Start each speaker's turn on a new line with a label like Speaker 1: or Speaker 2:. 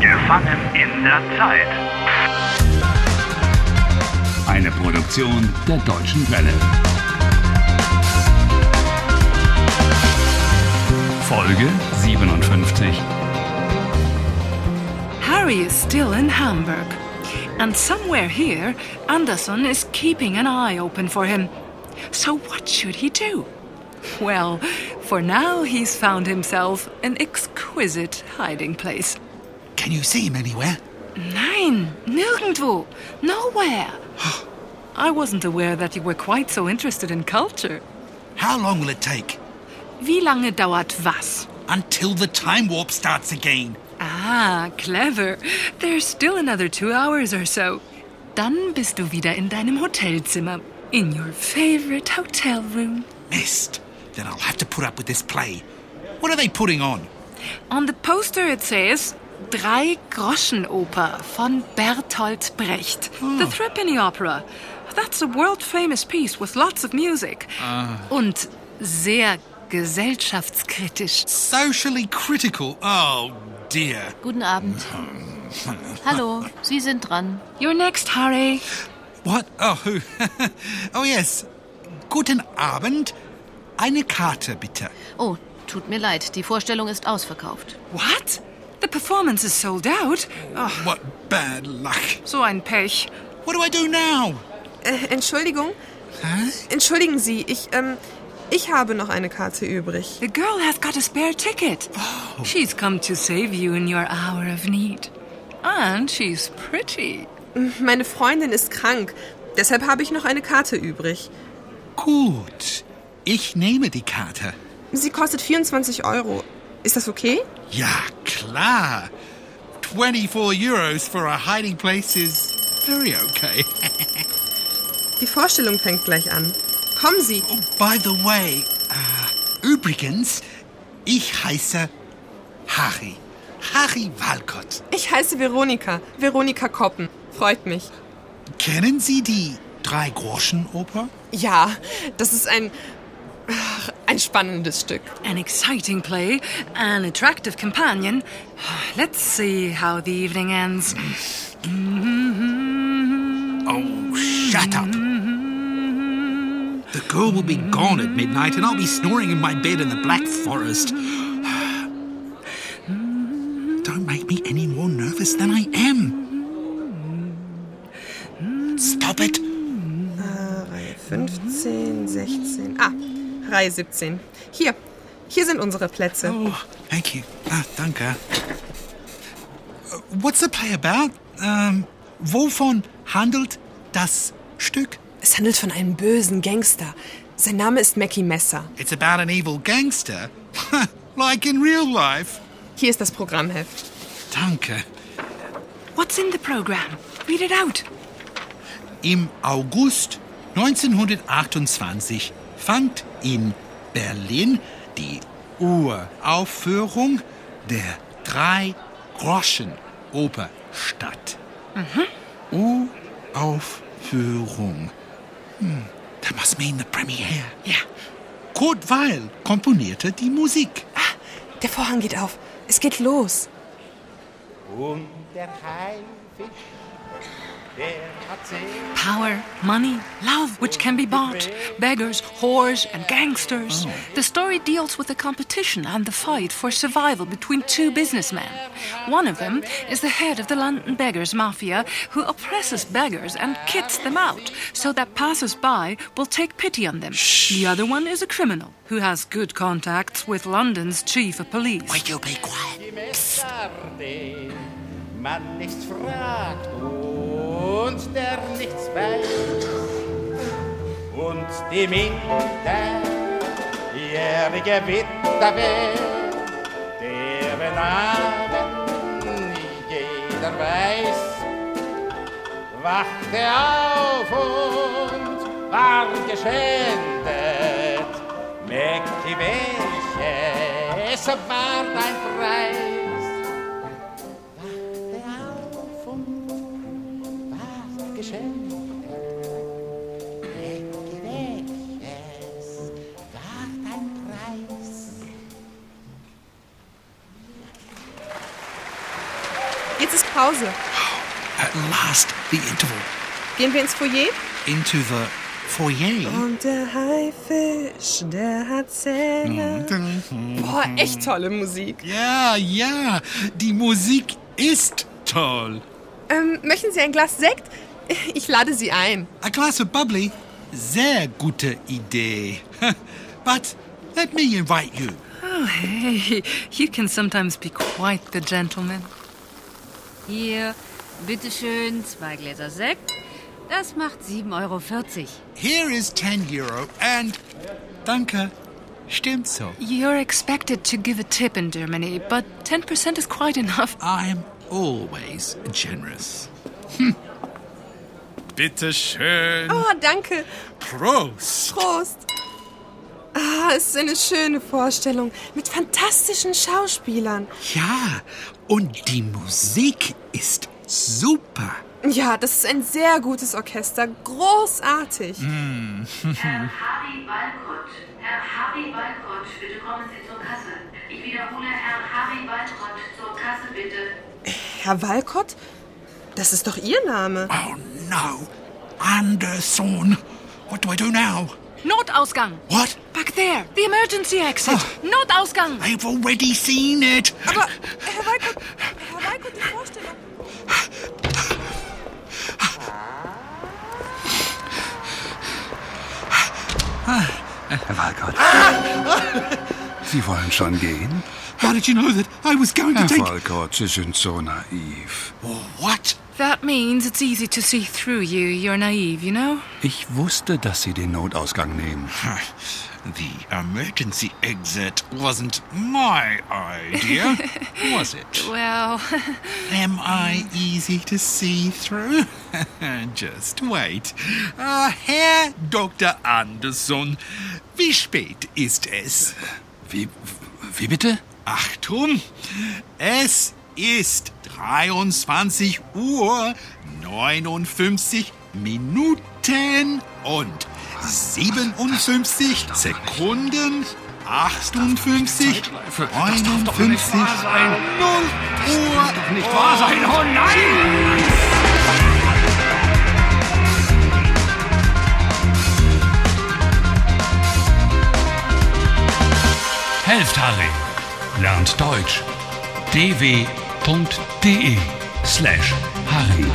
Speaker 1: Gefangen in der Zeit.
Speaker 2: Eine Produktion der Deutschen Welle. Folge 57.
Speaker 3: Harry is still in Hamburg. And somewhere here, Anderson is keeping an eye open for him. So what should he do? Well, for now he's found himself an exquisite hiding place.
Speaker 4: Can you see him anywhere?
Speaker 3: Nein, nirgendwo, nowhere. I wasn't aware that you were quite so interested in culture.
Speaker 4: How long will it take?
Speaker 3: Wie lange dauert was?
Speaker 4: Until the time warp starts again.
Speaker 3: Ah, clever. There's still another two hours or so. Dann bist du wieder in deinem Hotelzimmer. In your favorite hotel room.
Speaker 4: Missed. Then I'll have to put up with this play. What are they putting on?
Speaker 3: On the poster it says Drei Groschen Oper von Bertolt Brecht. The Threepenny Opera. That's a world famous piece with lots of music. Und sehr gesellschaftskritisch.
Speaker 4: Socially critical. Oh dear.
Speaker 5: Guten Abend. Hallo, Sie sind dran.
Speaker 3: You're next, Harry.
Speaker 4: What? Oh, who? oh yes. Guten Abend. Eine Karte bitte.
Speaker 5: Oh, tut mir leid, die Vorstellung ist ausverkauft.
Speaker 3: What? The performance is sold out? Oh,
Speaker 4: What bad luck.
Speaker 3: so ein Pech.
Speaker 4: What do I do now?
Speaker 6: Äh, Entschuldigung. Entschuldigen Sie, ich, ähm, ich habe noch eine Karte übrig.
Speaker 3: The girl has got a spare ticket. She's come to save you in your hour of need. And she's pretty.
Speaker 6: Meine Freundin ist krank. Deshalb habe ich noch eine Karte übrig.
Speaker 4: Gut. Ich nehme die Karte.
Speaker 6: Sie kostet 24 Euro. Ist das okay?
Speaker 4: Ja, klar. 24 Euros for a hiding place is very okay.
Speaker 6: Die Vorstellung fängt gleich an. Kommen Sie.
Speaker 4: Oh, by the way, äh, übrigens, ich heiße Harry. Harry Walcott.
Speaker 6: Ich heiße Veronika. Veronika Koppen. Freut mich.
Speaker 4: Kennen Sie die Drei-Groschen-Oper?
Speaker 6: Ja, das ist ein. ach, ein spannendes Stück.
Speaker 3: An exciting play, an attractive companion. Let's see how the evening ends.
Speaker 4: Oh, shut up. The girl will be gone at midnight and I'll be snoring in my bed in the Black Forest. Don't make me any more nervous than I am. Stop it.
Speaker 6: 15, 16. Ah, Reihe 17. Hier. Hier sind unsere Plätze.
Speaker 4: Oh, thank you. Ah, danke. Uh, What's the play about? Ähm, wovon handelt das Stück?
Speaker 6: Es handelt von einem bösen Gangster. Sein Name ist Mackie Messer.
Speaker 4: It's about an evil gangster. like in real life.
Speaker 6: Hier ist das Programmheft.
Speaker 4: Danke.
Speaker 3: What's in the program? Read it out.
Speaker 4: Im August 1928 fand in Berlin die Uraufführung der Drei-Groschen-Oper statt. Uraufführung. Hm, that must mean the premiere.
Speaker 3: Yeah.
Speaker 4: Kurt Weil komponierte die Musik.
Speaker 6: Der Vorhang geht auf. Es geht los.
Speaker 7: Und der Haifisch, der hat sich
Speaker 3: Power, money, love, which can be bought, beggars, whores, and gangsters. The story deals with the competition and the fight for survival between two businessmen. One of them is the head of the London Beggars Mafia, who oppresses beggars and kits them out so that passers by will take pity on them. The other one is a criminal who has good contacts with London's chief of police.
Speaker 4: you be quiet?
Speaker 7: Messer, den man nichts fragt und der nichts weiß. Und die minderjährige Witwe, deren Namen jeder weiß, wachte auf und war geschändet. Mägde welche, es war dein Preis. Wachte auf und war geschändet. Mägde welche, es war dein Preis.
Speaker 6: Ihr Jetzt ist Pause.
Speaker 4: At last, the interval.
Speaker 6: Gehen wir ins Foyer?
Speaker 4: Into the foyer.
Speaker 6: Und der Haifisch, der hat Zähne. Boah, echt tolle Musik.
Speaker 4: Ja, ja, die Musik ist toll.
Speaker 6: Ähm, möchten Sie ein Glas Sekt? Ich lade Sie ein.
Speaker 4: A glass of bubbly? Sehr gute Idee. But let me invite you.
Speaker 3: Oh, hey, you can sometimes be quite the gentleman.
Speaker 5: Hier, bitteschön, zwei Gläser Sekt. Das macht 7,40 Euro.
Speaker 4: Here is 10 euro and. Danke. Stimmt so.
Speaker 3: You're expected to give a tip in Germany, but 10% is quite enough.
Speaker 4: I'm always generous. Hm.
Speaker 1: Bitte schön.
Speaker 6: Oh, danke.
Speaker 1: Prost.
Speaker 6: Prost. Ah, es ist eine schöne Vorstellung. Mit fantastischen Schauspielern.
Speaker 4: Ja, und die Musik ist super.
Speaker 6: Ja, das ist ein sehr gutes Orchester. Großartig.
Speaker 8: Herr Harry Walcott, Herr Harry Walcott, bitte kommen Sie zur Kasse. Ich wiederhole, Herr Harry Walcott, zur Kasse bitte.
Speaker 6: Herr Walcott? Das ist doch Ihr Name.
Speaker 4: Oh no. Anderson. What do I do now?
Speaker 3: Notausgang.
Speaker 4: What?
Speaker 3: Back there, the emergency exit. Notausgang.
Speaker 4: I've already seen it.
Speaker 6: Aber, Herr Walcott, Herr Walcott, die Vorstellung.
Speaker 2: Herr Walcott. Sie wollen schon gehen?
Speaker 4: How did you know that I was going to
Speaker 2: Herr
Speaker 4: take. Oh,
Speaker 2: Walcott, Sie sind so naiv.
Speaker 4: What?
Speaker 3: That means it's easy to see through you. You're naive, you know?
Speaker 2: Ich wusste, dass Sie den Notausgang nehmen.
Speaker 4: The emergency exit wasn't my idea, was it?
Speaker 3: Well,
Speaker 4: Am I easy to see through? Just wait. Uh, Herr Dr. Anderson, wie spät ist es?
Speaker 2: Wie, wie bitte?
Speaker 4: Achtung, es ist 23 Uhr 59 Minuten und 57 Sekunden 58 59 0 Uhr
Speaker 2: Nicht wahr sein! Oh nein!
Speaker 1: Helft Harry.
Speaker 2: Lernt Deutsch. E dw.de slash Harry.